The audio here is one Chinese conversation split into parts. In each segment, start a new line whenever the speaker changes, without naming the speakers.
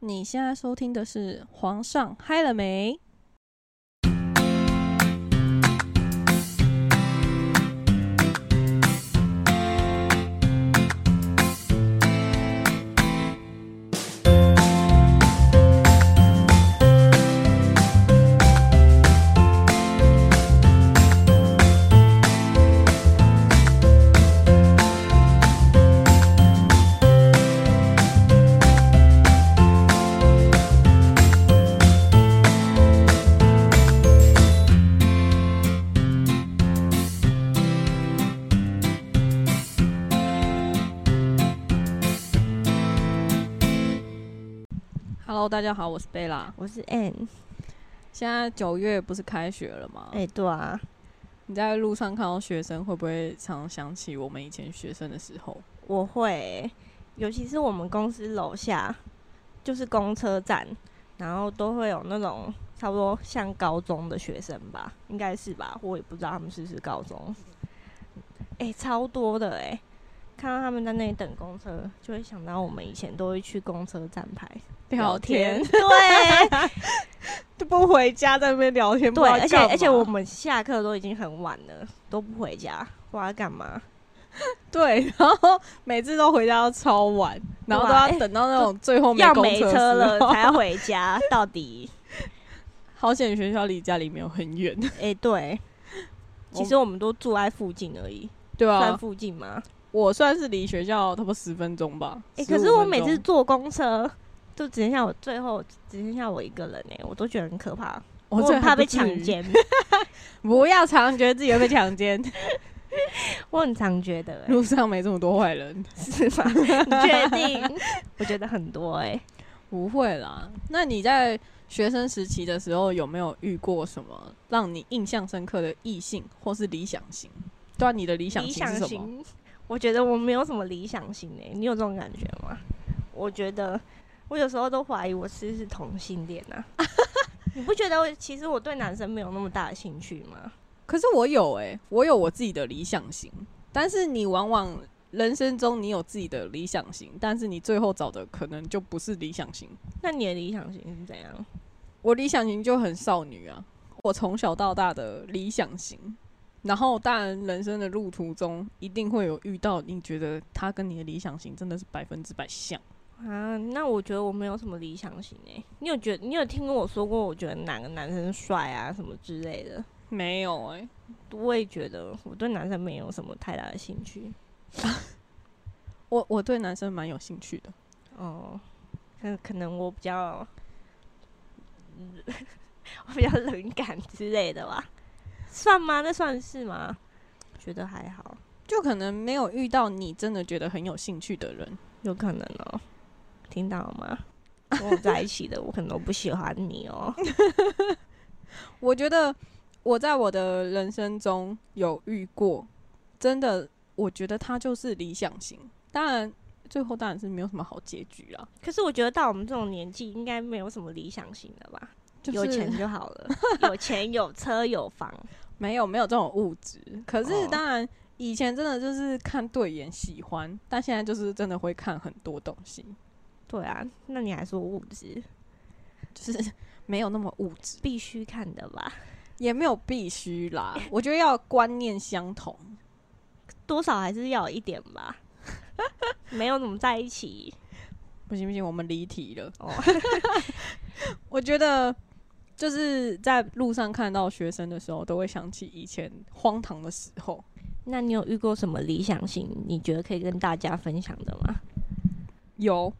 你现在收听的是《皇上嗨了没》。Hello，大家好，我是贝拉。
我是 Ann，
现在九月不是开学了吗？
哎、对啊，
你在路上看到学生，会不会常想起我们以前学生的时候？
我会欸，尤其是我们公司楼下就是公车站，然后都会有那种差不多像高中的学生吧，应该是吧，我也不知道他们是不是高中，哎、超多的哎、看到他们在那里等公车，就会想到我们以前都会去公车站牌
聊天，
对
就不回家，在那边聊天。不
对，
知道
而且
干嘛
而且我们下课都已经很晚了，都不回家，不知道干嘛，
对， 然后每次都回家都超晚，然后都
哇
要
哎
等到那种最后面
要
公
没
车
车
的时
了
候
才要回家，到底。
好险，学校离家里没有很 远。
哎、对，其实我们都住在附近而已，
对
算
啊，
附近吗？
我算是离学校差不多十分钟吧。
哎、
15
可是我
分
每次
钟
坐公车就只剩下我，最后只剩下我一个人哎、我都觉得很可怕，我
这
很
还
怕
不
被
至
强
于。
奸，
不要常觉得自己会被强奸，
我很常觉得、欸，
路上没这么多坏人。
是吗？你确定？ 我觉得很多哎、
不会啦。那你在学生时期的时候，有没有遇过什么让你印象深刻的异性或是理想型？对啊，你的理想
理
型是
想
什么？
型，我觉得我没有什么理想型哎、你有这种感觉吗？我觉得我有时候都怀疑我是不是同性恋啊。 你不觉得我其实我对男生没有那么大的兴趣吗？
可是我有诶、我有我自己的理想型，但是你往往人生中你有自己的理想型，但是你最后找的可能就不是理想型。
那你的理想型是怎样？
我理想型就很少女啊，我从小到大的理想型。然后，当然，人生的路途中一定会有遇到你觉得他跟你的理想型真的是百分之百像。
啊，那我觉得我没有什么理想型诶、你有觉你有听我说过，我觉得哪个男生帅啊什么之类的？
没有哎、
我也觉得我对男生没有什么太大的兴趣。
我我对男生蛮有兴趣的，
哦，可可能我比较，嗯 我比较冷感之类的吧？算吗？那算是吗？觉得还好，
就可能没有遇到你真的觉得很有兴趣的人。
有可能哦、听到了吗？跟我在一起的，我可能都不喜欢你哦、
我觉得我在我的人生中有遇过，真的，我觉得他就是理想型。当然，最后当然是没有什么好结局啦。
可是我觉得到我们这种年纪，应该没有什么理想型了吧？
就是、
有钱就好了，有钱有车有房，
没有没有这种物质，可是
哦
当然以前真的就是看对眼喜欢，但现在就是真的会看很多东西，
对啊，那你还说物质
就是没有那么物质，
必须看的吧？
也没有必须啦。我觉得要观念相同。
多少还是要有一点吧。 没有怎么在一起
不行不行，我们离题了。
哦，
我觉得就是在路上看到学生的时候，都会想起以前荒唐的时候。
那你有遇过什么理想型？你觉得可以跟大家分享的吗？
有，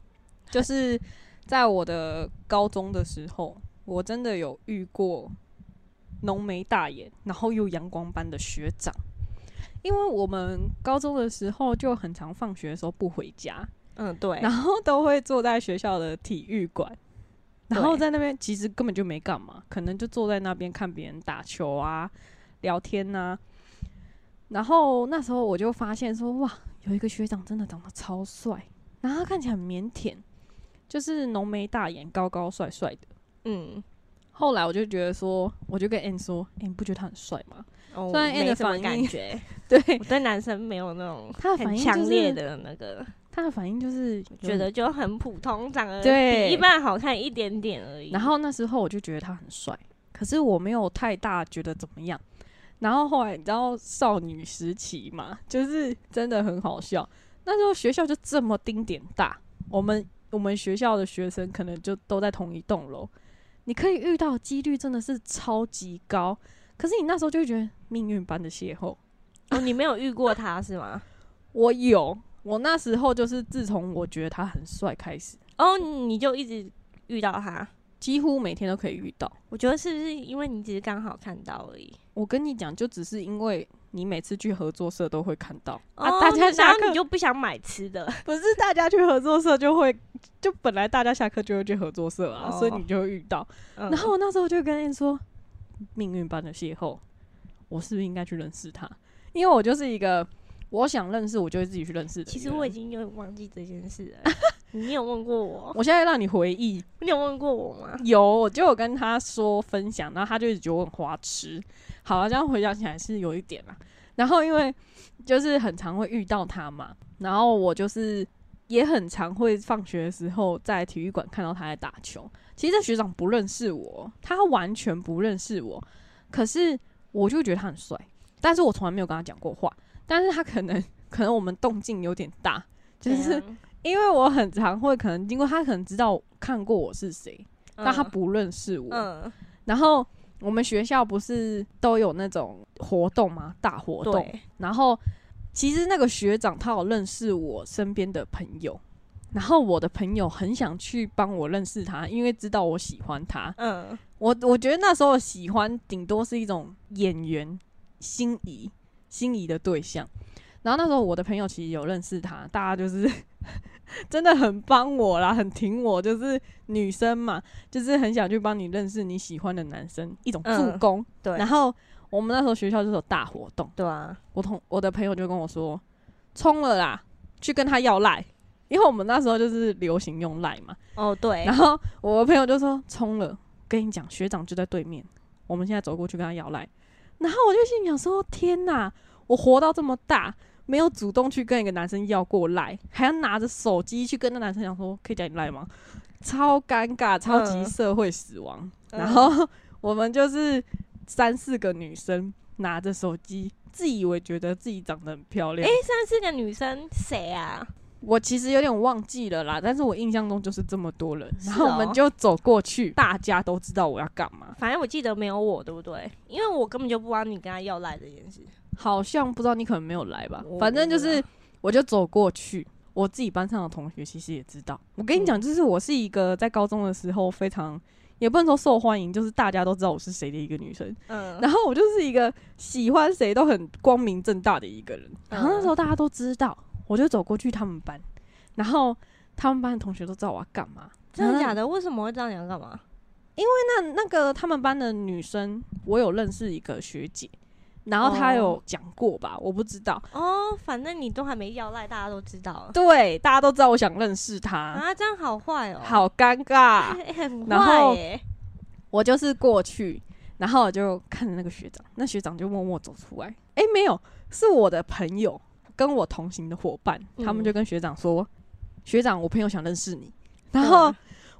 就是在我的高中的时候，我真的有遇过浓眉大眼，然后又阳光般的学长。因为我们高中的时候就很常放学的时候不回家，
嗯，对
然后都会坐在学校的体育馆，然后
对
在那边其实根本就没干嘛，可能就坐在那边看别人打球啊、聊天呐、然后那时候我就发现说，哇，有一个学长真的长得超帅，然后他看起来很腼腆，就是浓眉大眼、高高帅帅的。
嗯，
后来我就觉得说，我就跟 N 说，哎、你不觉得他很帅吗？
哦
虽然 Ann 的
没什么
反应
感觉，
对，
我对男生没有那种
他的反
很
应
强
就是
烈的那个
他的反应就是
觉得就很普通，长得
对
比一般好看一点点而已。
然后那时候我就觉得他很帅，可是我没有太大觉得怎么样。然后后来你知道少女时期嘛，就是真的很好笑。那时候学校就这么丁点大，我们我们学校的学生可能就都在同一栋楼，你可以遇到的几率真的是超级高。可是你那时候就会觉得命运般的邂逅，
哦，你没有遇过他是 吗？
我有，我那时候就是自从我觉得他很帅开始，
哦，你就一直遇到他。
几乎每天都可以遇到。
我觉得是不是因为你只是刚好看到而已？
我跟你讲，就只是因为你每次去合作社都会看到、
哦
啊，大家下
然后
课
你就不想买吃的，
不是大家去合作社就会，就本来大家下课就会去合作社啊，
哦嗯
所以你就会遇到。
然
然后我那时候就跟你说，命运般的邂逅，我是不是应该去认识他？因为我就是一个我想认识我就会自己去认识的人。
其实我已经有点忘记这件事了。 你有问过我？
我现在让你回忆，
你有问过我吗？
有，我就有跟他说分享，然后他就一直觉得我很花痴。好了，这样回想起来是有一点啦。然后因为就是很常会遇到他嘛，然后我就是也很常会放学的时候在体育馆看到他在打球。其实这学长不认识我，他完全不认识我，可是我就觉得他很帅，但是我从来没有跟他讲过话。但是他可能可能我们动静有点大，就是
怎样
因为我很常会可能经过他，可能知道看过我是谁，但他
嗯
不认识我。
嗯，
然后我们学校不是都有那种活动吗？大活动。
对，
然后其实那个学长他有认识我身边的朋友，然后我的朋友很想去帮我认识他，因为知道我喜欢他。
嗯，
我我觉得那时候的喜欢顶多是一种演员心仪心仪的对象。然后那时候我的朋友其实有认识他，大家就是 真的很帮我啦，很挺我，就是女生嘛，就是很想去帮你认识你喜欢的男生，一种助
嗯
攻。
对
然后我们那时候学校就是有大活动，
对啊，
我同我的朋友就跟我说，冲了啦，去跟他要赖，因为我们那时候就是流行用赖嘛，
哦对
然，后我的朋友就说冲了，跟你讲，学长就在对面，我们现在走过去跟他摇来。然后我就心里想说，天哪，我活到这么大，没有主动去跟一个男生要过来，还要拿着手机去跟那男生讲说，可以叫你来吗？超尴尬，超级
嗯
社会死亡。
嗯
然后我们就是三四个女生拿着手机，自以为觉得自己长得很漂亮。
但是个女生谁啊？
我其实有点忘记了啦，但是我印象中就是这么多人，
是
然后我
哦
们就走过去，大家都知道我要干嘛，
反正我记得没有我，对不对？因为我根本就不知道你跟他要赖这件事。
好像不知道你可能没有来吧
我，
反正就是
我
我就走过去，我自己班上的同学其实也知道，我跟你
嗯
讲，就是我是一个在高中的时候非常。也不能说受欢迎，就是大家都知道我是谁的一个女生。
嗯，
然后我就是一个喜欢谁都很光明正大的一个人。然后那
嗯
时候大家都知道，我就走过去他们班，然后他们班的同学都知道我要干嘛。
真
然
的
后
假的？为什么会这样？你要干嘛？
那那个他们班的女生，我有认识一个学姐，然后她
哦
有讲过吧，我不知道。
哦，反正你都还没要赖，大家都知道了。
对，大家都知道我想认识她，
啊，这样好坏哦，
好尴尬。
欸很
然
坏
后
耶。
我就是过去，然后我就看着那个学长，那学长就默默走出来。诶，没有，是我的朋友跟我同行的伙伴，
嗯
他们就跟学长说：“学长，我朋友想认识你。”
嗯
然后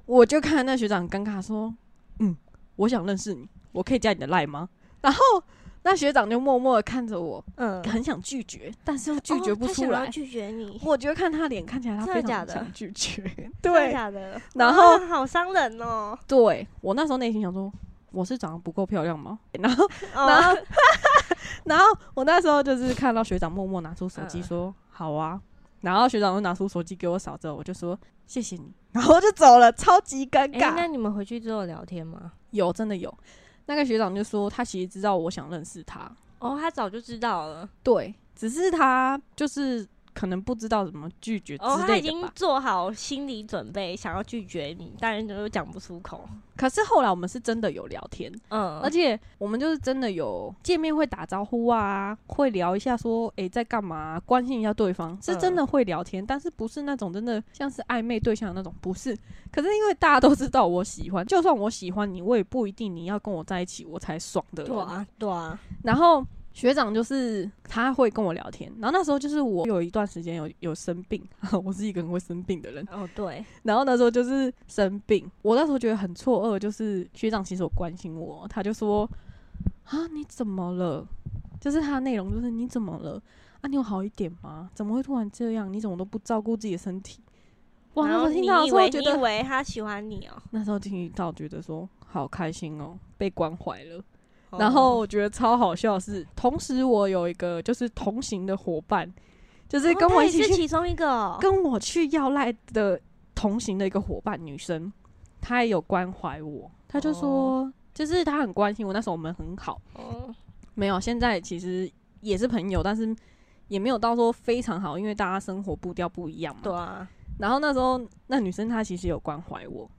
我就看那学长很尴尬说：“嗯，我想认识你，我可以加你的赖吗？”然后那学长就默默的看着我，
嗯，
很想拒绝，但是又拒
哦
绝不
他
出
想要
来。
拒绝你，
我觉得看他脸，看起来他
真的
非
假
常
的
想拒绝。
真的
对，
假的？
然后
啊好伤人哦。
对我那时候内心想说，我是长得不够漂亮吗？然后然
哦
后，然后我那时候就是看到学长默默拿出手机
嗯
说：“好啊。”然后学长就拿出手机给我扫之后，我就说：“谢谢你。”然后我就走了，超级尴
哎，
尬。
那你们回去之后聊天吗？
有真的有，那个学长就说他其实知道我想认识他，
哦，他早就知道了。
对，只是他就是可能不知道怎么拒绝之
哦，他
类
已
的
经
吧。
做好心理准备，想要拒绝你，但是就是讲不出口。
可是后来我们是真的有聊天，
嗯，
而且我们就是真的有见面会打招呼啊，会聊一下说诶、在干嘛啊、关心一下对方，是真的会聊天，但是不是那种真的像是暧昧对象的那种，不是。可是因为大家都知道我喜欢，
啊
就算我喜欢你，我也不一定你要跟我在一起我才爽的人。
对啊，对啊，
然后学长就是他会跟我聊天，然后那时候就是我有一段时间有有生病， 我是一个很会生病的人，
哦，对，
然后那时候就是生病，我那时候觉得很错愕，就是学长其实有关心我，他就说啊你怎么了？就是他的内容就是你怎么了？啊你有好一点吗？怎么会突然这样？你怎么都不照顾自己的身体？哇！
然
那时
后
候
你
听到的
以
时候
为
觉
你
得
以为他喜欢你哦，
那时候听到觉得说好开心哦，被关怀了。
哦
然后我觉得超好笑的是，同时我有一个就是同行的伙伴，就是
哦
跟
他
我一
也
起
是
去、
其中一个哦，
跟我去要赖的同行的一个伙伴女生，她也有关怀我，她就说、就是她很关心我，那时候我们很好，
哦
没有现在其实也是朋友，但是也没有到说非常好，因为大家生活步调不一样嘛。
对啊，
然后那时候那女生她其实有关怀我，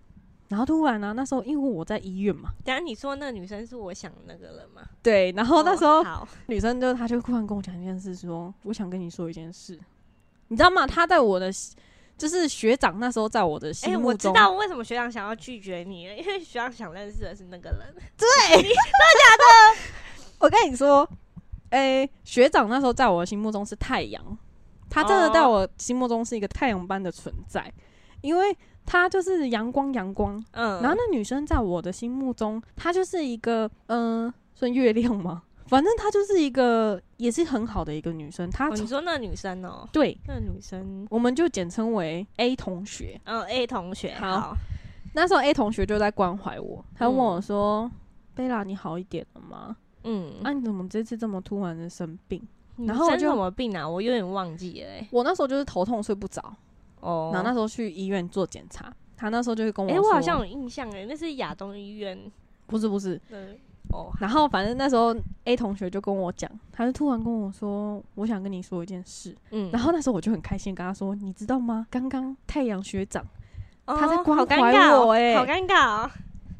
然后突然呢、那时候因为我在医院嘛，
等下你说那个女生是我想的那个人吗？
对，然
哦
后那时候
好，
女生就她就突然跟我讲一件事说我想跟你说一件事，你知道吗？她在我的就是学长那时候在我的
哎、
心目
我知
中，
道为什么学长想要拒绝你了，因为学长想认识的是那个人。
我跟你说，哎、学长那时候在我的心目中是太阳，他真的在我心目中是一个太阳般的存在，因为他就是阳光阳光。
嗯，
然后那女生在我的心目中，她就是一个嗯，呃算、月亮吗？ 反正她就是一个也是很好的一个女生，她
哦、
从、
你说那个女生哦、
对。
那个女生，
我们就简称为 A 同学，
嗯，A 同学，
好
好，
那时候 A 同学就在关怀我，他问
嗯
我说：“贝拉，你好一点了吗？
嗯，
啊，你怎么这次这么突然的生病
然
然
后
后我
生
就
什么病啊？我有点忘记了、欸。？”
我那时候就是头痛睡不着，
哦
然后那时候去医院做检查，他那时候就会跟我
哎、
说：“
我好像有印象哎、那是亚东医院
不是不是。
的哦”，
然后反正那时候 A 同学就跟我讲，他就突然跟我说：“我想跟你说一件事。”
嗯
然后那时候我就很开心，跟他说：“你知道吗？刚刚太阳学长，
哦
他在关
好尴
怀
尬哦
我欸
好尴尬哦，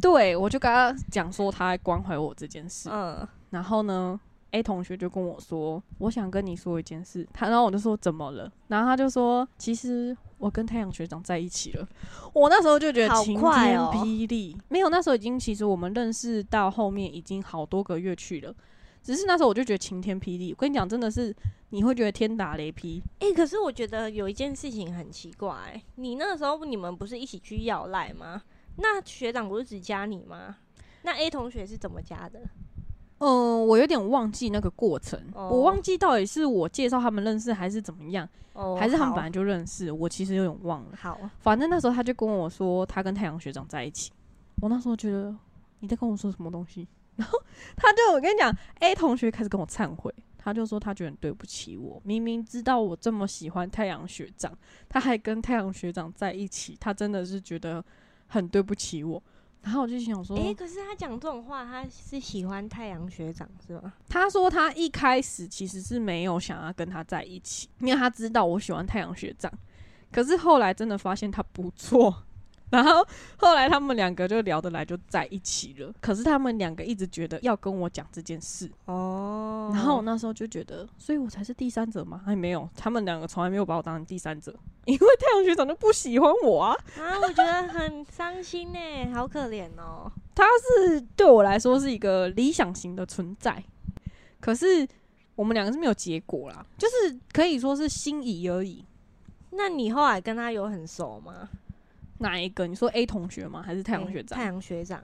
对我就跟他讲说他在关怀我这件事。”
嗯，
然后呢，A 同学就跟我说，我想跟你说一件事。他，然后我就说怎么了？然后他就说，其实我跟太阳学长在一起了。我那时候就觉得
好
晴
快
天
哦
霹雳，没有，那时候已经其实我们认识到后面已经好多个月去了。只是那时候我就觉得晴天霹雳，我跟你讲，真的是你会觉得天打雷劈。
哎、可是我觉得有一件事情很奇怪、欸，你那时候你们不是一起去要赖吗？那学长不是只加你吗？那 A 同学是怎么加的？
嗯，我有点忘记那个过程，
哦
我忘记到底是我介绍他们认识还是怎么样，
哦
还是他们本
版
来就认识，我其实有点忘了。
好
反正那时候他就跟我说，他跟太阳学长在一起。我那时候觉得你在跟我说什么东西，然后他就我跟你讲，A 同学开始跟我忏悔，他就说他觉得很对不起我，明明知道我这么喜欢太阳学长，他还跟太阳学长在一起，他真的是觉得很对不起我。然后我就想说，
哎、欸可是他讲这种话，他是喜欢太阳学长是吗？
他说他一开始其实是没有想要跟他在一起，因为他知道我喜欢太阳学长，可是后来真的发现他不错，然后后来他们两个就聊得来，就在一起了。可是他们两个一直觉得要跟我讲这件事，
哦
然后我那时候就觉得，所以我才是第三者吗？还哎没有，他们两个从来没有把我当成第三者，因为太阳学长就不喜欢我啊。
啊，我觉得很伤心呢、欸好可怜哦、
是对我来说是一个理想型的存在，可是我们两个是没有结果啦，就是可以说是心仪而已。
那你后来跟他有很熟吗？
哪一个？你说 A 同学吗？还是太阳学
欸
长？
太阳学长，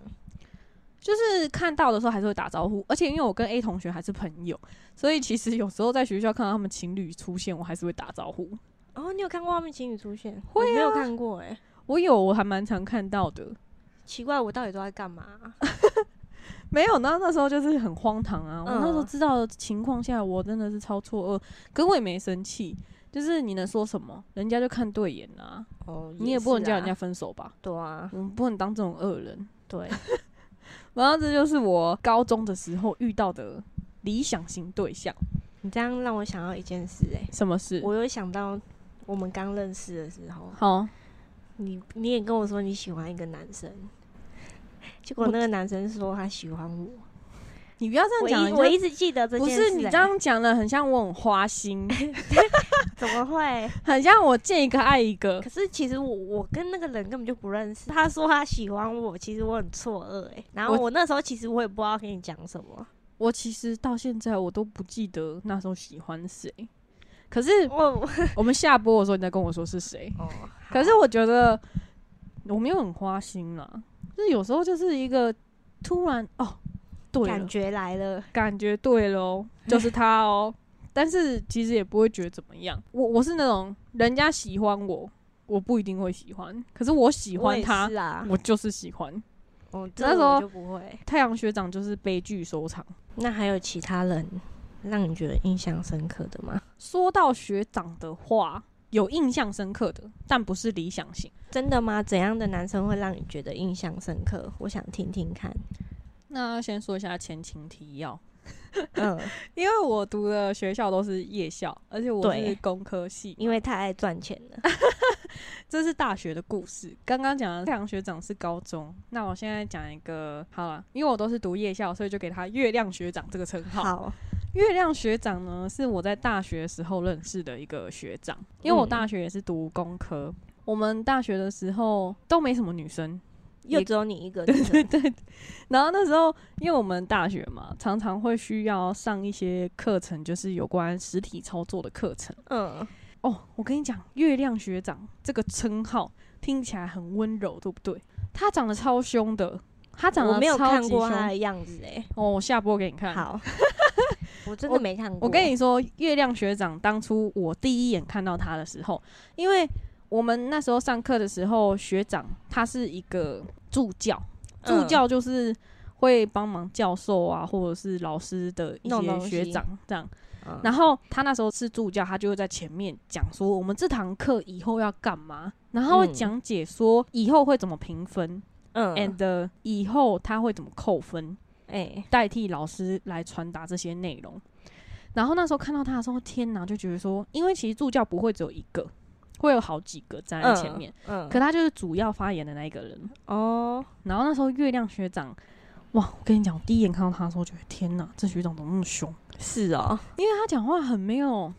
就是看到的时候还是会打招呼，而且因为我跟 A 同学还是朋友，所以其实有时候在学校看到他们情侣出现，我还是会打招呼。
哦，你有看过他们情侣出现？
会
我没有
啊
看过哎、
我有，我还蛮常看到的。
奇怪，我到底都在干嘛 啊、
没有，那那时候就是很荒唐啊！我
嗯
那时候知道的情况下，我真的是超错愕，可我也没生气。就是你能说什么？人家就看对眼啊，
哦，
你也
是
不能叫人
啊
家分手吧？
对啊，
我们不能当这种恶人。
对，
然后这就是我高中的时候遇到的理想型对象。
你这样让我想到一件事哎、
什么事？
我有想到我们刚认识的时候，
好，
你你也跟我说你喜欢一个男生，结果
我
那个男生说他喜欢我，
你不要这
我
样
一
讲，
我
我
一直记得这
不
件事、欸
是你这样讲了，很像我很花 心，
哎怎么会？
很像我见一个爱一个
可。是其实我我跟那个人根本就不认识，他说他喜欢我，其实我很错愕哎、然后
我
我那时候其实我也不知道跟你讲什么，
我其实到现在我都不记得那时候喜欢谁，可是
我
我们下播的时候你再跟我说是谁。
哦，
可是我觉得我没有很花心啦，就是有时候就是一个突然哦， 对了
感觉来了，
感觉对喽， 就是他哦。但是其实也不会觉得怎么样。我我是那种人家喜欢我，我不一定会喜欢，可是我喜
我
欢
也
他
是，啊，
我就是喜欢。
我
那
这
时
个
候
我就不会。
太阳学长就是悲剧收场。
那还有其他人让你觉得印象深刻的吗？
说到学长的话，有印象深刻的，但不是理想型。
真的吗？怎样的男生会让你觉得印象深刻？我想听听看。
那先说一下前情提要，
嗯，
因为我读的学校都是夜校，而且我是
对
工科系，
因为太爱赚钱 了。
这是大学的故事。刚刚讲的太阳学长是高中，那我现在讲一个好了，因为我都是读夜校，所以就给他月亮学长这个称号。
好，
月亮学长呢，是我在大学时候认识的一个学长，因为我
嗯
大学也是读工科，我们大学的时候都没什么女生，
又
也
只有你 一个女生，
然后那时候，因为我们大学嘛，常常会需要上一些课程，就是有关实体操作的课程。
嗯，
哦，我跟你讲，月亮学长这个称号听起来很温柔，对不对？他长得超凶的，他长得
我没有
超
看
级
过
凶
他的样子哎、
哦，我下播给你看。，
好，我真的没看过。
我跟你说，月亮学长当初我第一眼看到他的时候，因为我们那时候上课的时候，学长他是一个助教，助
嗯
教就是会帮忙教授啊，或者是老师的一
弄
些
东
学
西
长这样。
嗯
然后他那时候是助教，他就会在前面讲说我们这堂课以后要干嘛，然后会
嗯
讲解说以后会怎么评分、
嗯
a n d 以后他会怎么扣分，
哎、
代替老师来传达这些内容。然后那时候看到他的时候，天哪，就觉得说，因为其实助教不会只有一个，会有好几个站在前面，
嗯，
可他就是主要发言的那一个人。
哦，
然后那时候月亮学长，哇，我跟你讲，我第一眼看到他的时候，我觉得天哪，这学长怎么那么凶？
是哦，
因为他讲话很没有，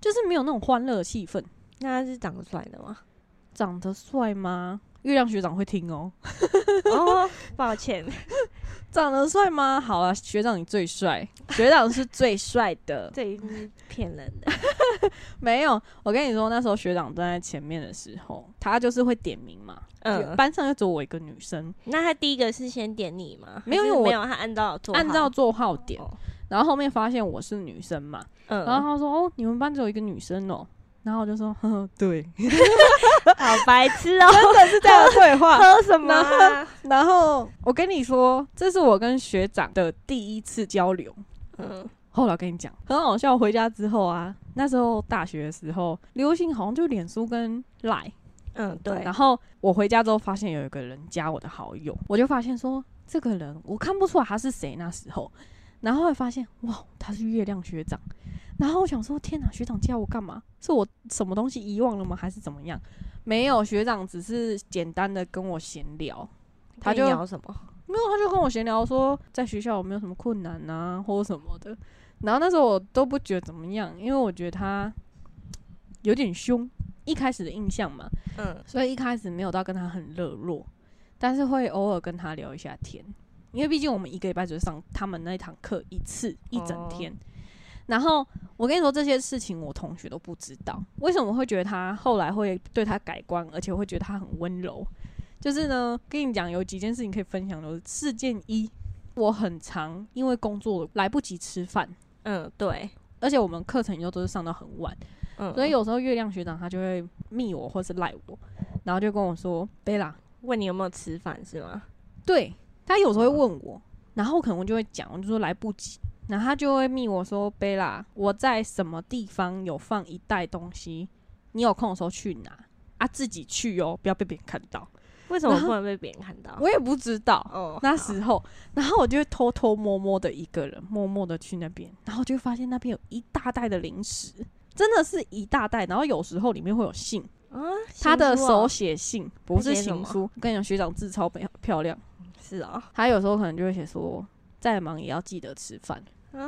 就是没有那种欢乐的气氛。
那他是长得帅的吗？
长得帅吗？月亮学长会听哦。
哦，抱歉，
长得帅吗？好啊，学长你最 帅，学长是最帅 的。
这一定是骗人的。
没有，我跟你说，那时候学长站在前面的时候，他就是会点名嘛。
嗯，
班上就只有我一个女生，
那他第一个是先点你吗？
没有
还是
因为我
没有，他按照做好
按照座号点
哦。
然后后面发现我是女生嘛，
嗯，
然后他说：“哦，你们班只有一个女生哦。”然后我就说：“呵呵，对，
好白痴 哦，
是这样的对话。”
喝什么啊？
然后我跟你说，这是我跟学长的第一次交流。
嗯，
后来我跟你讲，很好笑。回家之后啊，那时候大学的时候，流行好像就脸书跟 Line。
嗯，对
然，后我回家之后发现有一个人加我的好友，我就发现说这个人我看不出来他是谁。那时候，然后后来发现哇，他是月亮学长。然后我想说，天哪，学长加我干嘛？是我什么东西遗忘了吗？还是怎么样？没有，学长只是简单的跟我闲聊，他
跟你
就
聊什么？
没有，他就跟我闲聊说，在学校有没有什么困难啊，或者什么的。然后那时候我都不觉得怎么样，因为我觉得他有点凶，一开始的印象嘛，
嗯，
所以一开始没有到跟他很热络，但是会偶尔跟他聊一下天，因为毕竟我们一个礼拜只上他们那一堂课一次一整天。然后我跟你说这些事情，我同学都不知道，为什么会觉得他后来会对他改观，而且会觉得他很温柔？就是呢，跟你讲有几件事情可以分享的。事件一，我很常因为工作来不及吃饭，
嗯，对，
而且我们课程又都是上到很晚。
嗯，
所以有时候月亮学长他就会密我或是赖我，然后就跟我说贝拉，
问你有没有吃饭是吗？
对他有时候会问我，然后可能我就会讲，我就说来不及，然后他就会密我说贝拉，我在什么地方有放一袋东西，你有空的时候去拿啊，自己去哦，不要被别人看到。
为什么
然后
不能被别人看到？
我也不知道，
哦，
那
好
时候，然后我就会偷偷摸摸的一个人，默默的去那边，然后就会发现那边有一大袋的零食，真的是一大袋，然后有时候里面会有信。
啊，
他的
行书
手
哦
写信不是
他写什
情
么
书，我跟你讲，学长字超漂漂亮，
是哦，
他有时候可能就会写说，再忙也要记得吃饭，
啊，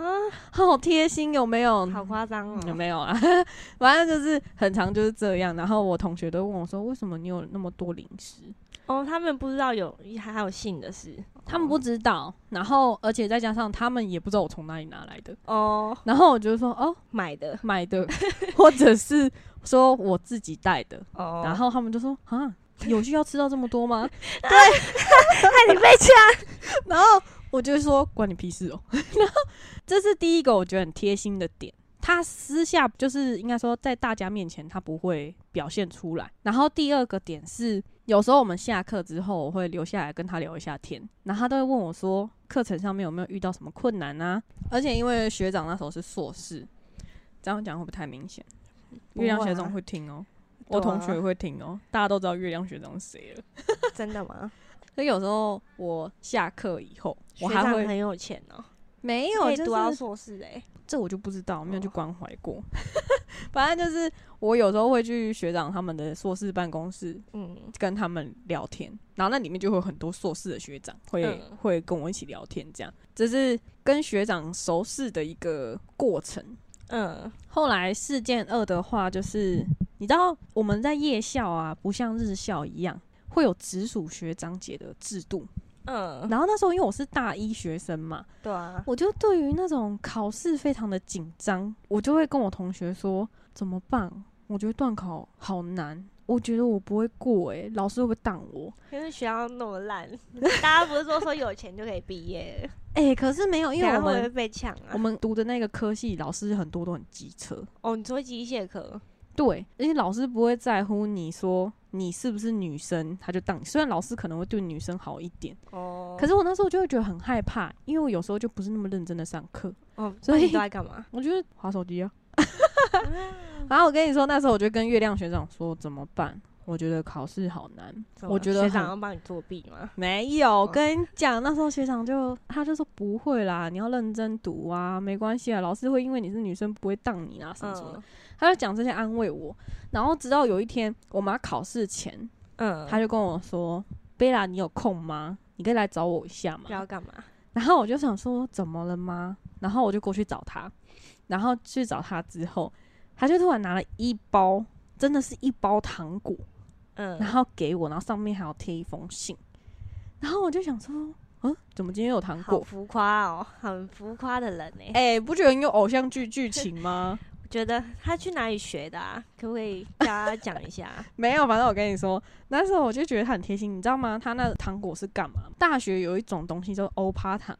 好贴心，有没有？
好夸张
有
哦，
没有啊？ 反正就是很长就是这样。然后我同学都问我说，为什么你有那么多零食？
哦，他们不知道有还有性的事，
他们不知道，然后而且再加上他们也不知道我从哪里拿来的，
哦
然后我就说哦
买的
买的， 或者是说我自己带的，
哦，
然后他们就说啊有需要吃到这么多吗？
害你被抢，
然后我就说关你屁事哦。 然后这是第一个我觉得很贴心的点，他私下就是应该说在大家面前他不会表现出来。然后第二个点是，有时候我们下课之后我会留下来跟他聊一下天，然后他都会问我说课程上面有没有遇到什么困难啊？而且因为学长那时候是硕士，这样讲会不会太明显？
不
月亮
会
学
啊
长会听哦、
对
我同学
啊
会听哦、大家都知道月亮学长是谁了。
真的吗？
所以有时候我下课以后，我
学
还
长
会
很有钱哦，
没
可
有，
以
就
读到
是
硕士哎，
这啊我就不知道，没有去
哦
关怀过。反正就是我有时候会去学长他们的硕士办公室
嗯，
跟他们聊天，然后那里面就会有很多硕士的学长会、
嗯
会跟我一起聊天，这样这是跟学长熟识的一个过程。
嗯，
后来事件二的话，就是你知道我们在夜校啊，不像日校一样会有直属学长姐的制度。
嗯，
然后那时候因为我是大一学生嘛，
对啊，
我就对于那种考试非常的紧张，我就会跟我同学说怎么办？我觉得段考好难，我觉得我不会过、欸，老师会不会挡我？
因为学校那么烂， 大家不是说说有钱就可以毕业，
哎、可是没有，因为我
等下会不会
们
被抢啊
我。们读的那个科系老师很多都很机车，
哦，你说机械科，
对，而且老师不会在乎你说你是不是女生，他就当你。虽然老师可能会对女生好一点，
哦，
可
是
是我那时候就会觉得很害怕，因为我有时候就不是那么认真的上课，
哦，
所
所
以
以都在干嘛？
我觉得划手机啊。 然后我跟你说，那时候我就跟月亮学长说怎么办？我觉得考试好难，
怎么
我觉得
学长
很
要帮你作弊吗？
没有。我
嗯
跟你讲，那时候学长就他就说不会啦，你要认真读啊，没关系啊，老师会因为你是女生不会当你啦啊什么什么的，
嗯
他就讲这些安慰我。然后直到有一天我们要考试前，
嗯，
他就跟我说：“贝拉，你有空吗？你可以来找我一下嘛。”
要干嘛？
然后我就想说怎么了吗？然后我就过去找他，然后去找他之后，他就突然拿了一包，真的是一包糖果，
嗯，
然后给我，然后上面还有贴一封信。然后我就想说，嗯、怎么今天有糖
好
果？
浮夸哦，很浮夸的人欸呢。
哎、不觉得很有偶像剧剧情吗？
我觉得他去哪里学的啊？可不可以跟大家讲 一下？
没有，反正我跟你说，那时候我就觉得他很贴心，你知道吗？他那糖果是干嘛？大学有一种东西叫做欧趴糖，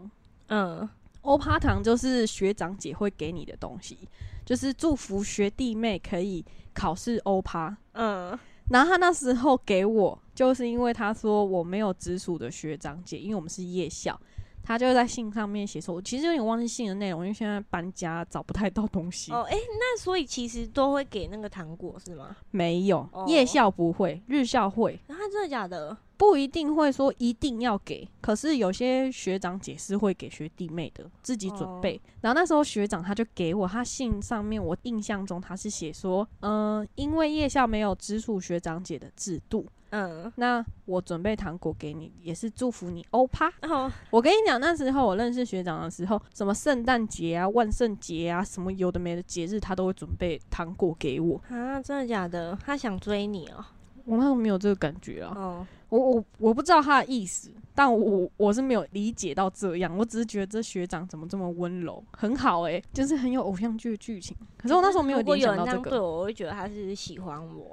嗯，
欧趴糖就是学长姐会给你的东西，就是祝福学弟妹可以考试欧趴。
嗯，
然后他那时候给我，就是因为他说我没有直属的学长姐，因为我们是夜校，他就在信上面写说，我其实有点忘记信的内容，因为现在搬家找不太到东西。
哦，哎、那所以其实都会给那个糖果是吗？
没有，
哦
夜校不会，日校会，
啊，真的假的？
不一定会说一定要给，可是有些学长姐是会给学弟妹的，自己准备。然后那时候学长他就给我，他信上面我印象中他是写说，嗯、因为夜校没有直属学长姐的制度，
嗯，
那我准备糖果给你，也是祝福你欧趴。
然后
我跟你讲，那时候我认识学长的时候，什么圣诞节啊、万圣节啊，什么有的没的节日，他都会准备糖果给我。
啊，真的假的？他想追你哦、
我那时候没有这个感觉啊。
哦，
我我我不知道他的意思，但我我是没有理解到这样，我只是觉得这学长怎么这么温柔，很好诶、就是很有偶像剧的剧情。可是我那时候没
如果
联
有
想到
人这
这
样对
个，
我，我会觉得他是喜欢我。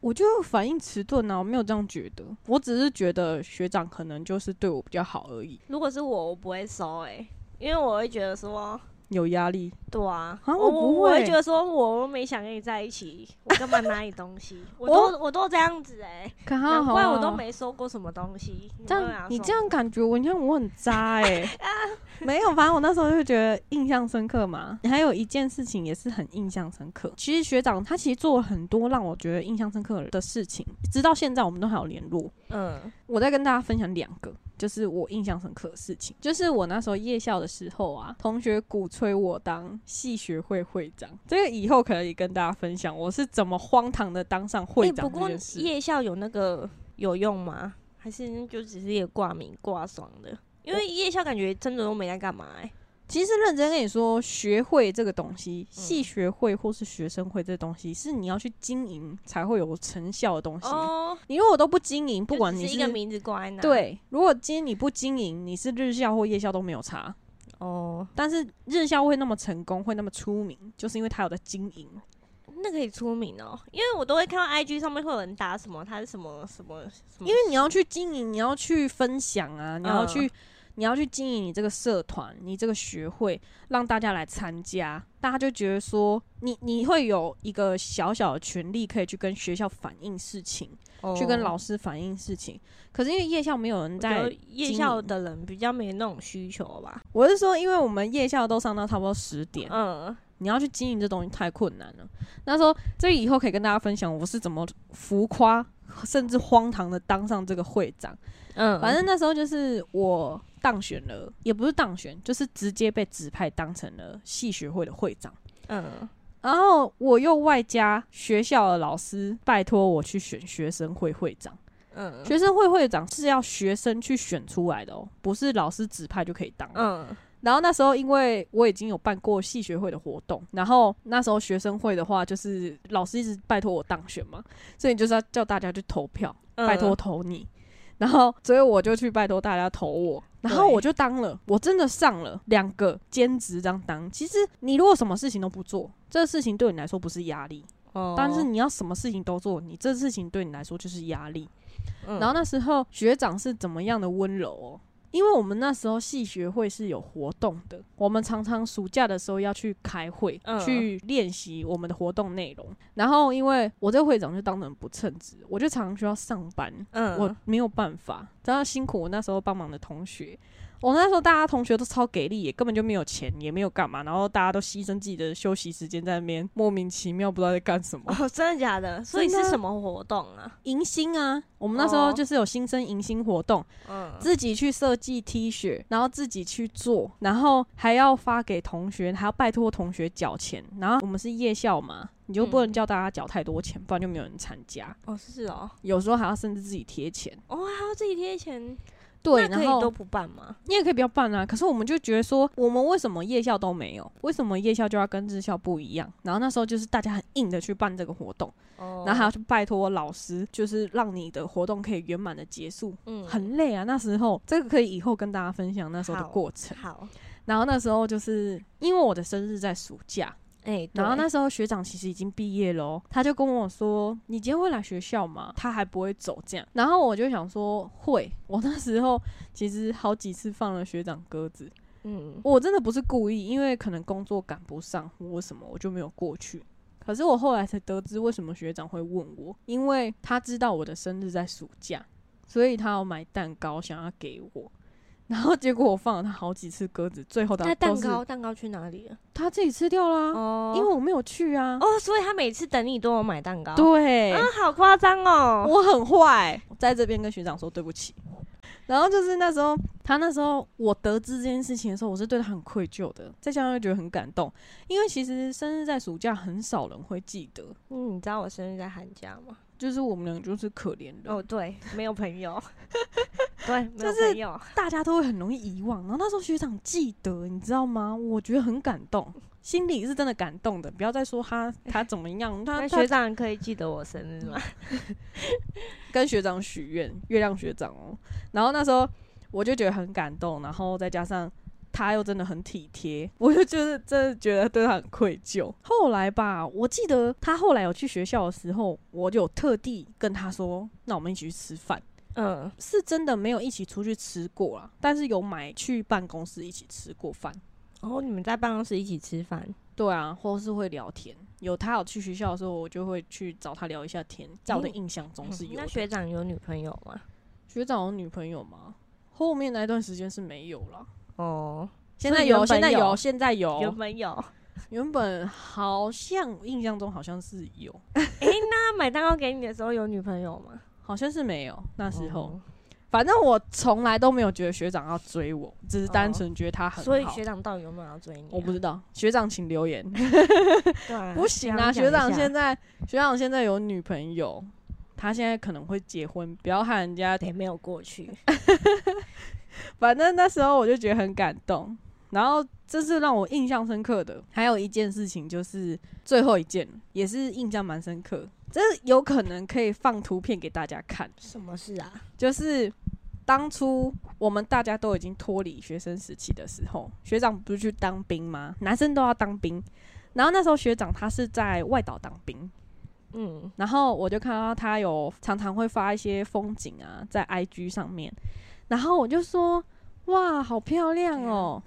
我就反应迟钝啊，我没有这样觉得，我只是觉得学长可能就是对我比较好而已，
如果是我，我不会收哎、因为我会觉得说，
有压力。
对啊，
啊
我
我不
我
会
会觉得说，我又没想跟你在一起，我干嘛拿你东西？我都我都这样子哎、
可
难
好好
怪
啊
我都。没收过什么东西。
这
干嘛
样
要
你
送
这样感觉我，你看我很渣哎、 没有，反正我那时候就觉得印象深刻嘛。还有一件事情也是很印象深刻，其实学长他其实做了很多让我觉得印象深刻的事情，直到现在我们都还有联络。
嗯
我再跟大家分享两个，就是我印象深刻的事情，就是我那时候夜校的时候啊，同学鼓吹我当系学会会长，这个以后可以跟大家分享我是怎么荒唐的当上会
欸
长
不
这
过
件事。
夜校有那个有用吗？还是就只是一个挂名挂爽的？因为夜校感觉真的都没在干嘛哎、
其实认真跟你说，学会这个东
嗯
西，系学会或是学生会这东西，是你要去经营才会有成效的东西。
哦，
你如果都不经营，不
就
管
只
你
是一个名字挂在那，，
对，如果今天你不经营，你是日校或夜校都没有差。
哦，
但是日校会那么成功，会那么出名，就是因为他有在经营。
那可以出名哦，因为我都会看到 IG 上面会有人打什么，他是什么什么什
因
么，
为你要去经营，你要去分享啊，你要
嗯
去，你要去经营你这个社团，你这个学会，让大家来参加，大家就觉得说你你会有一个小小的权利可以去跟学校反映事情，
哦
去跟老师反映事情。可是因为夜校没有人在
我觉得夜校的人比较没那种需求吧，
我是说，因为我们夜校都上到差不多十点，
嗯，
你要去经营这东西太困难了。那时候，这以后可以跟大家分享我是怎么浮夸甚至荒唐的当上这个会长。
嗯，
反正那时候就是我当选了，也不是当选，就是直接被指派当成了系学会的会长。
嗯，
然后我又外加学校的老师拜托我去选学生会会长，
嗯
学生会会长是要学生去选出来的哦，不是老师指派就可以当。
嗯，
然后那时候因为我已经有办过系学会的活动，然后那时候学生会的话，就是老师一直拜托我当选嘛，所以就是要叫大家去投票，
嗯
拜托，投你。然后，所以我就去拜托大家投我，然后
对
我就当了，我真的上了两个兼职这样当。其实你如果什么事情都不做，这事情对你来说不是压力，
哦
但是你要什么事情都做，你这事情对你来说就是压力。
嗯
然后那时候学长是怎么样的温柔哦？因为我们那时候系学会是有活动的，我们常常暑假的时候要去开会，
嗯
去练习我们的活动内容。然后因为我这会长就当得很不称职，我就常常需要上班，
嗯，
我没有办法，真的辛苦我那时候帮忙的同学。我那时候大家同学都超给力，也根本就没有钱，也没有干嘛，然后大家都牺牲自己的休息时间在那边莫名其妙不知道在干什么。
哦，真的假的？所以
真
是
的
什么活动啊？
迎新啊，我们那时候
哦
就是有新生迎新活动，
嗯，
自己去设计 T 恤，然后自己去做，然后还要发给同学，还要拜托同学缴钱。然后我们是夜校嘛，你就
嗯
不能叫大家缴太多钱，不然就没有人参加。
哦是哦，
有时候还要甚至自己贴钱。
哦还要自己贴钱，
对，
那可
然
以都
后
不办吗？
你也可以不要办啊。可是我们就觉得说，我们为什么夜校都没有？为什么夜校就要跟日校不一样？然后那时候就是大家很硬的去办这个活动，
哦
然后还要去拜托老师，就是让你的活动可以圆满的结束。
嗯
很累啊，那时候这个可以以后跟大家分享那时候的
好
过程。
好，
然后那时候就是因为我的生日在暑假，
哎，
然后
对
那时候学长其实已经毕业了哦，他就跟我说：“你今天会来学校吗？”他还不会走这样。然后我就想说会。我那时候其实好几次放了学长鸽子，
嗯
我真的不是故意，因为可能工作赶不上或什么，我就没有过去。可是我后来才得知，为什么学长会问我，因为他知道我的生日在暑假，所以他要买蛋糕想要给我。然后结果我放了他好几次鸽子，最后他
那
都
蛋
是
糕蛋糕去哪里了？
他自己吃掉啦、
哦
因为我没有去啊。
哦，所以他每次等你都有买蛋糕，
对，
啊，好夸张哦，
我很坏，在这边跟学长说对不起。然后就是那时候，他那时候我得知这件事情的时候，我是对他很愧疚的，再加上又觉得很感动，因为其实生日在暑假很少人会记得，
嗯，你知道我生日在寒假吗？
就是我们俩就是可怜人，
哦，对，没有朋友， 对， 没
就
有
是
朋友，
大家都会很容易遗忘。然后那时候学长记得，你知道吗？我觉得很感动，心里是真的感动的。不要再说他他怎么样，他
那
他
哎学长可以记得我生日吗？
跟学长许愿，月亮学长哦。然后那时候我就觉得很感动，然后再加上他又真的很体贴，我就就是真的觉得对他很愧疚。后来吧，我记得他后来有去学校的时候，我就有特地跟他说，那我们一起去吃饭。
嗯，
是真的没有一起出去吃过啦，但是有买去办公室一起吃过饭。
哦，你们在办公室一起吃饭，
对啊，或是会聊天。有他有去学校的时候，我就会去找他聊一下天。在我的
嗯
印象中是有的。
那学长有女朋友吗？
学长有女朋友吗？后面那一段时间是没有了。
哦，
现
所
在
以原
有，
本
现在
有
有，现在
有
有。
没有？
原本好像印象中好像是有，
他买蛋糕给你的时候有女朋友吗？哦
好像是没有。那时候，反正我从来都没有觉得学长要追我，只是单纯觉得他很好。
所以学长到底有没有要追你啊、
我不知道，学长请留 言。
对啊
不行啊，学长现在学长现在有女朋友，他现在可能会结婚，不要害人家
得没有过去。
反正那时候我就觉得很感动。然后这是让我印象深刻的，还有一件事情就是最后一件，也是印象蛮深刻。这有可能可以放图片给大家看，
什么事啊？
就是当初我们大家都已经脱离学生时期的时候，学长不是去当兵吗？男生都要当兵，然后那时候学长他是在外岛当兵，
嗯，
然后我就看到他有常常会发一些风景啊，在 IG 上面，然后我就说哇，好漂亮哦、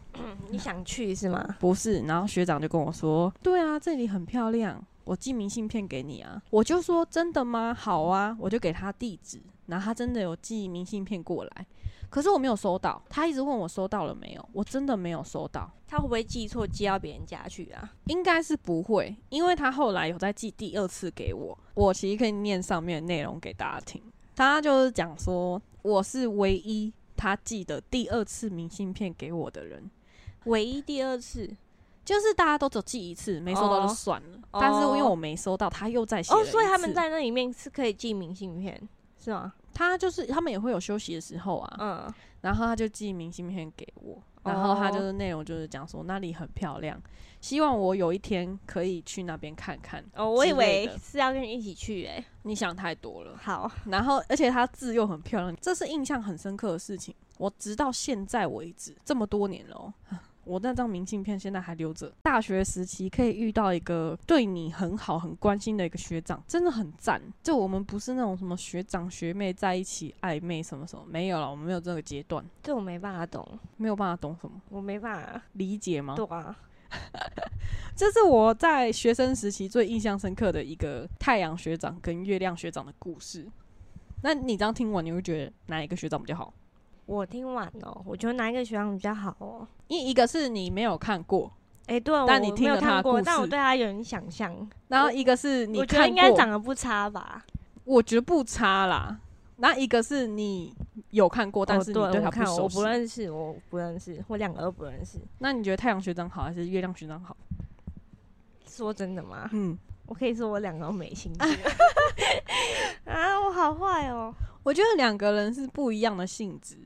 你想去是吗？
不是，然后学长就跟我说：“对啊，这里很漂亮，我寄明信片给你啊。”我就说：“真的吗？好啊。”我就给他地址，然后他真的有寄明信片过来，可是我没有收到。他一直问我收到了没有，我真的没有收到，
他会不会记错寄到别人家去啊？
应该是不会，因为他后来有再寄第二次给我。我其实可以念上面的内容给大家听，他就是讲说我是唯一他寄的第二次明信片给我的人。
唯一第二次
就是大家都只寄一次，没收到就算了。
哦
但是因为我没收到，他又再写了
哦，
一次
所以他们在那里面是可以寄明信片是吗？
他就是他们也会有休息的时候啊，
嗯，
然后他就寄明信片给我，然后
哦
他就是内容就是讲说那里很漂亮，希望我有一天可以去那边看看。
哦，我以
之类
为
的
是要跟你一起去欸诶、
你想太多了。
好，
然后而且他字又很漂亮，这是印象很深刻的事情。我直到现在为止，这么多年了哦、 我那张明信片现在还留着。大学时期可以遇到一个对你很好、很关心的一个学长，真的很赞。就我们不是那种什么学长学妹在一起暧昧什么什么，没有了，我们没有这个阶段，
这我没办法懂，
没有办法懂什么
我没办法，
理解吗？
对啊，
这是我在学生时期最印象深刻的一个太阳学长跟月亮学长的故事。那你这样听完，你会觉得哪一个学长比较好？
我听完哦、我觉得哪一个学长比较好哦、
因一个是你没有看过，
哎、对啊，
但
我
你听
没有
了他
看
的
过，
故
但我
事
对他有点想象。
然后一个是你
我觉
看过，哦
得应该长得不差吧？
我觉得不差啦。那一个是你有看过，但是你
哦、对
他不
我看我
熟悉。
不认识，我不认识，我两个都不认识。
那你觉得太阳学长好还是月亮学长好？
说真的吗？
嗯，
我可以说我两个都没兴趣。 啊，我好坏哦、
我觉得两个人是不一样的性质，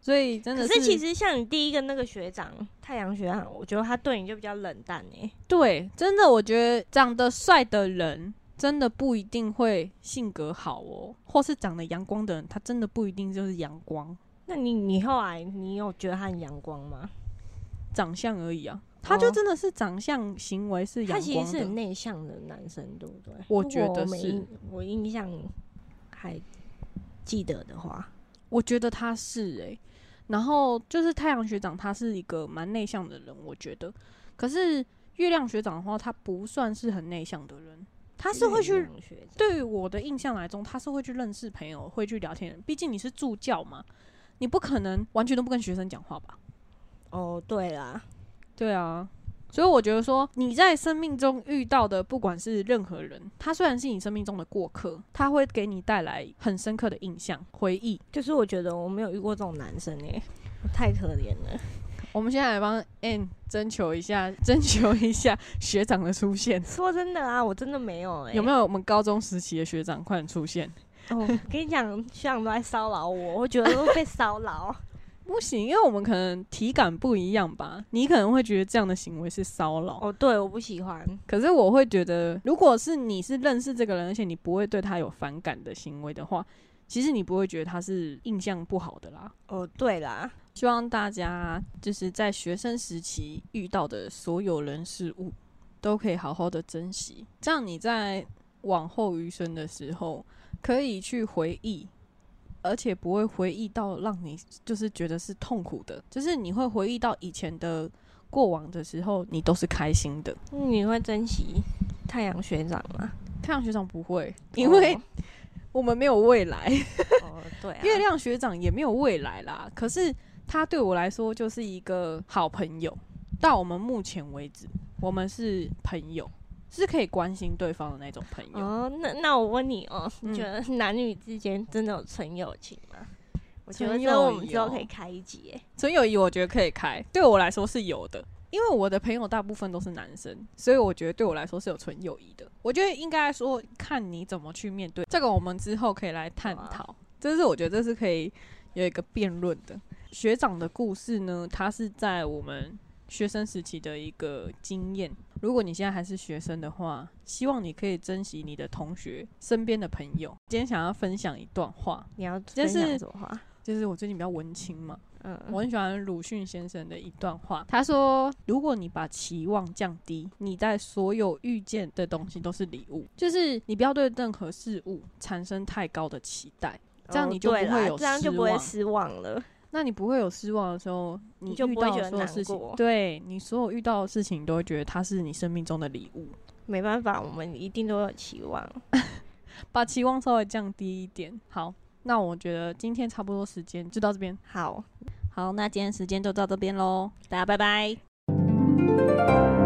所以真的
可是其
实
实像你第一个那个学长，太阳学长，我觉得他对你就比较冷淡哎、
对，真的我觉得长得帅的人真的不一定会性格好哦，或是长得阳光的人，他真的不一定就是阳光，
那你你后来你有觉得他很阳光吗？
长相而已啊。他就
哦
真的是长相、行为是阳
他
光
其
的。
实是很内向的男生，对不对？
我
如
觉
果
得
没
是
印我印象还记得的话，
我觉得他是诶、然后就是太阳学长，他是一个蛮内向的人，我觉得。可是月亮学长的话，他不算是很内向的人，他是会去。
学长。
对于我的印象来中，他是会去认识朋友，会去聊天的人。毕竟你是助教嘛，你不可能完全都不跟学生讲话吧？
哦，对啦，
对啊，所以我觉得说你在生命中遇到的，不管是任何人，他虽然是你生命中的过客，他会给你带来很深刻的印象、回忆。
就是我觉得我没有遇过这种男生哎、我太可怜了。
我们现在来帮 N 征求一下， 征求一下学长的出现，
说真的啊，我真的没有哎、
有没
有？
有我们高中时期的学长快点出现？
哦，跟你讲，学长都在骚扰我，我觉得都被骚扰。
不行，因为我们可能体感不一样吧，你可能会觉得这样的行为是骚扰，
哦，对，我不喜欢。
可是我会觉得，如果是你是认识这个人，而且你不会对他有反感的行为的话，其实你不会觉得他是印象不好的啦。
哦，对啦，
希望大家就是在学生时期遇到的所有人事物，都可以好好的珍惜，这样你在往后余生的时候可以去回忆，而且不会回忆到让你就是觉得是痛苦的，就是你会回忆到以前的过往的时候，你都是开心的。
你会珍惜太阳学长吗？
太阳学长不会，因为
哦
我们没有未来。
哦，对啊，
月亮学长也没有未来啦，可是他对我来说就是一个好朋友。到我们目前为止，我们是朋友，是可以关心对方的那种朋友。
哦，那那我问你哦，
嗯
你觉得男女之间真的有纯友情吗？我觉得
纯
这我
友
们
谊
之后
哦
可以开一集欸耶。
纯友谊我觉得可以开，对我来说是有的，因为我的朋友大部分都是男生，所以我觉得对我来说是有纯友谊的。我觉得应该说看你怎么去面对这个，我们之后可以来探讨。这是我觉得这是可以有一个辩论的。学长的故事呢，他是在我们学生时期的一个经验。如果你现在还是学生的话，希望你可以珍惜你的同学、身边的朋友。今天想要分享一段话，
你要
就
分享
是
什么话？
就是我最近比较文青嘛，我
嗯，
很喜欢鲁迅先生的一段话，他说：“如果你把期望降低，你在所有遇见的东西都是礼物，就是你不要对任何事物产生太高的期待。这样
哦
你就
对
不会
啦
有
这样就
失
不会
望
失望了。
那你不会有失望的时候，你
你就
遇
不会
到
觉
的
得
所有
难
事情
过，
对你所有遇到的事情，你都会觉得它是你生命中的礼物。
没办法，我们一定都有期望。
把期望稍微降低一点。好，那我觉得今天差不多时间就到这边。
好，
好，那今天时间就到这边喽，
大家拜拜。
拜拜。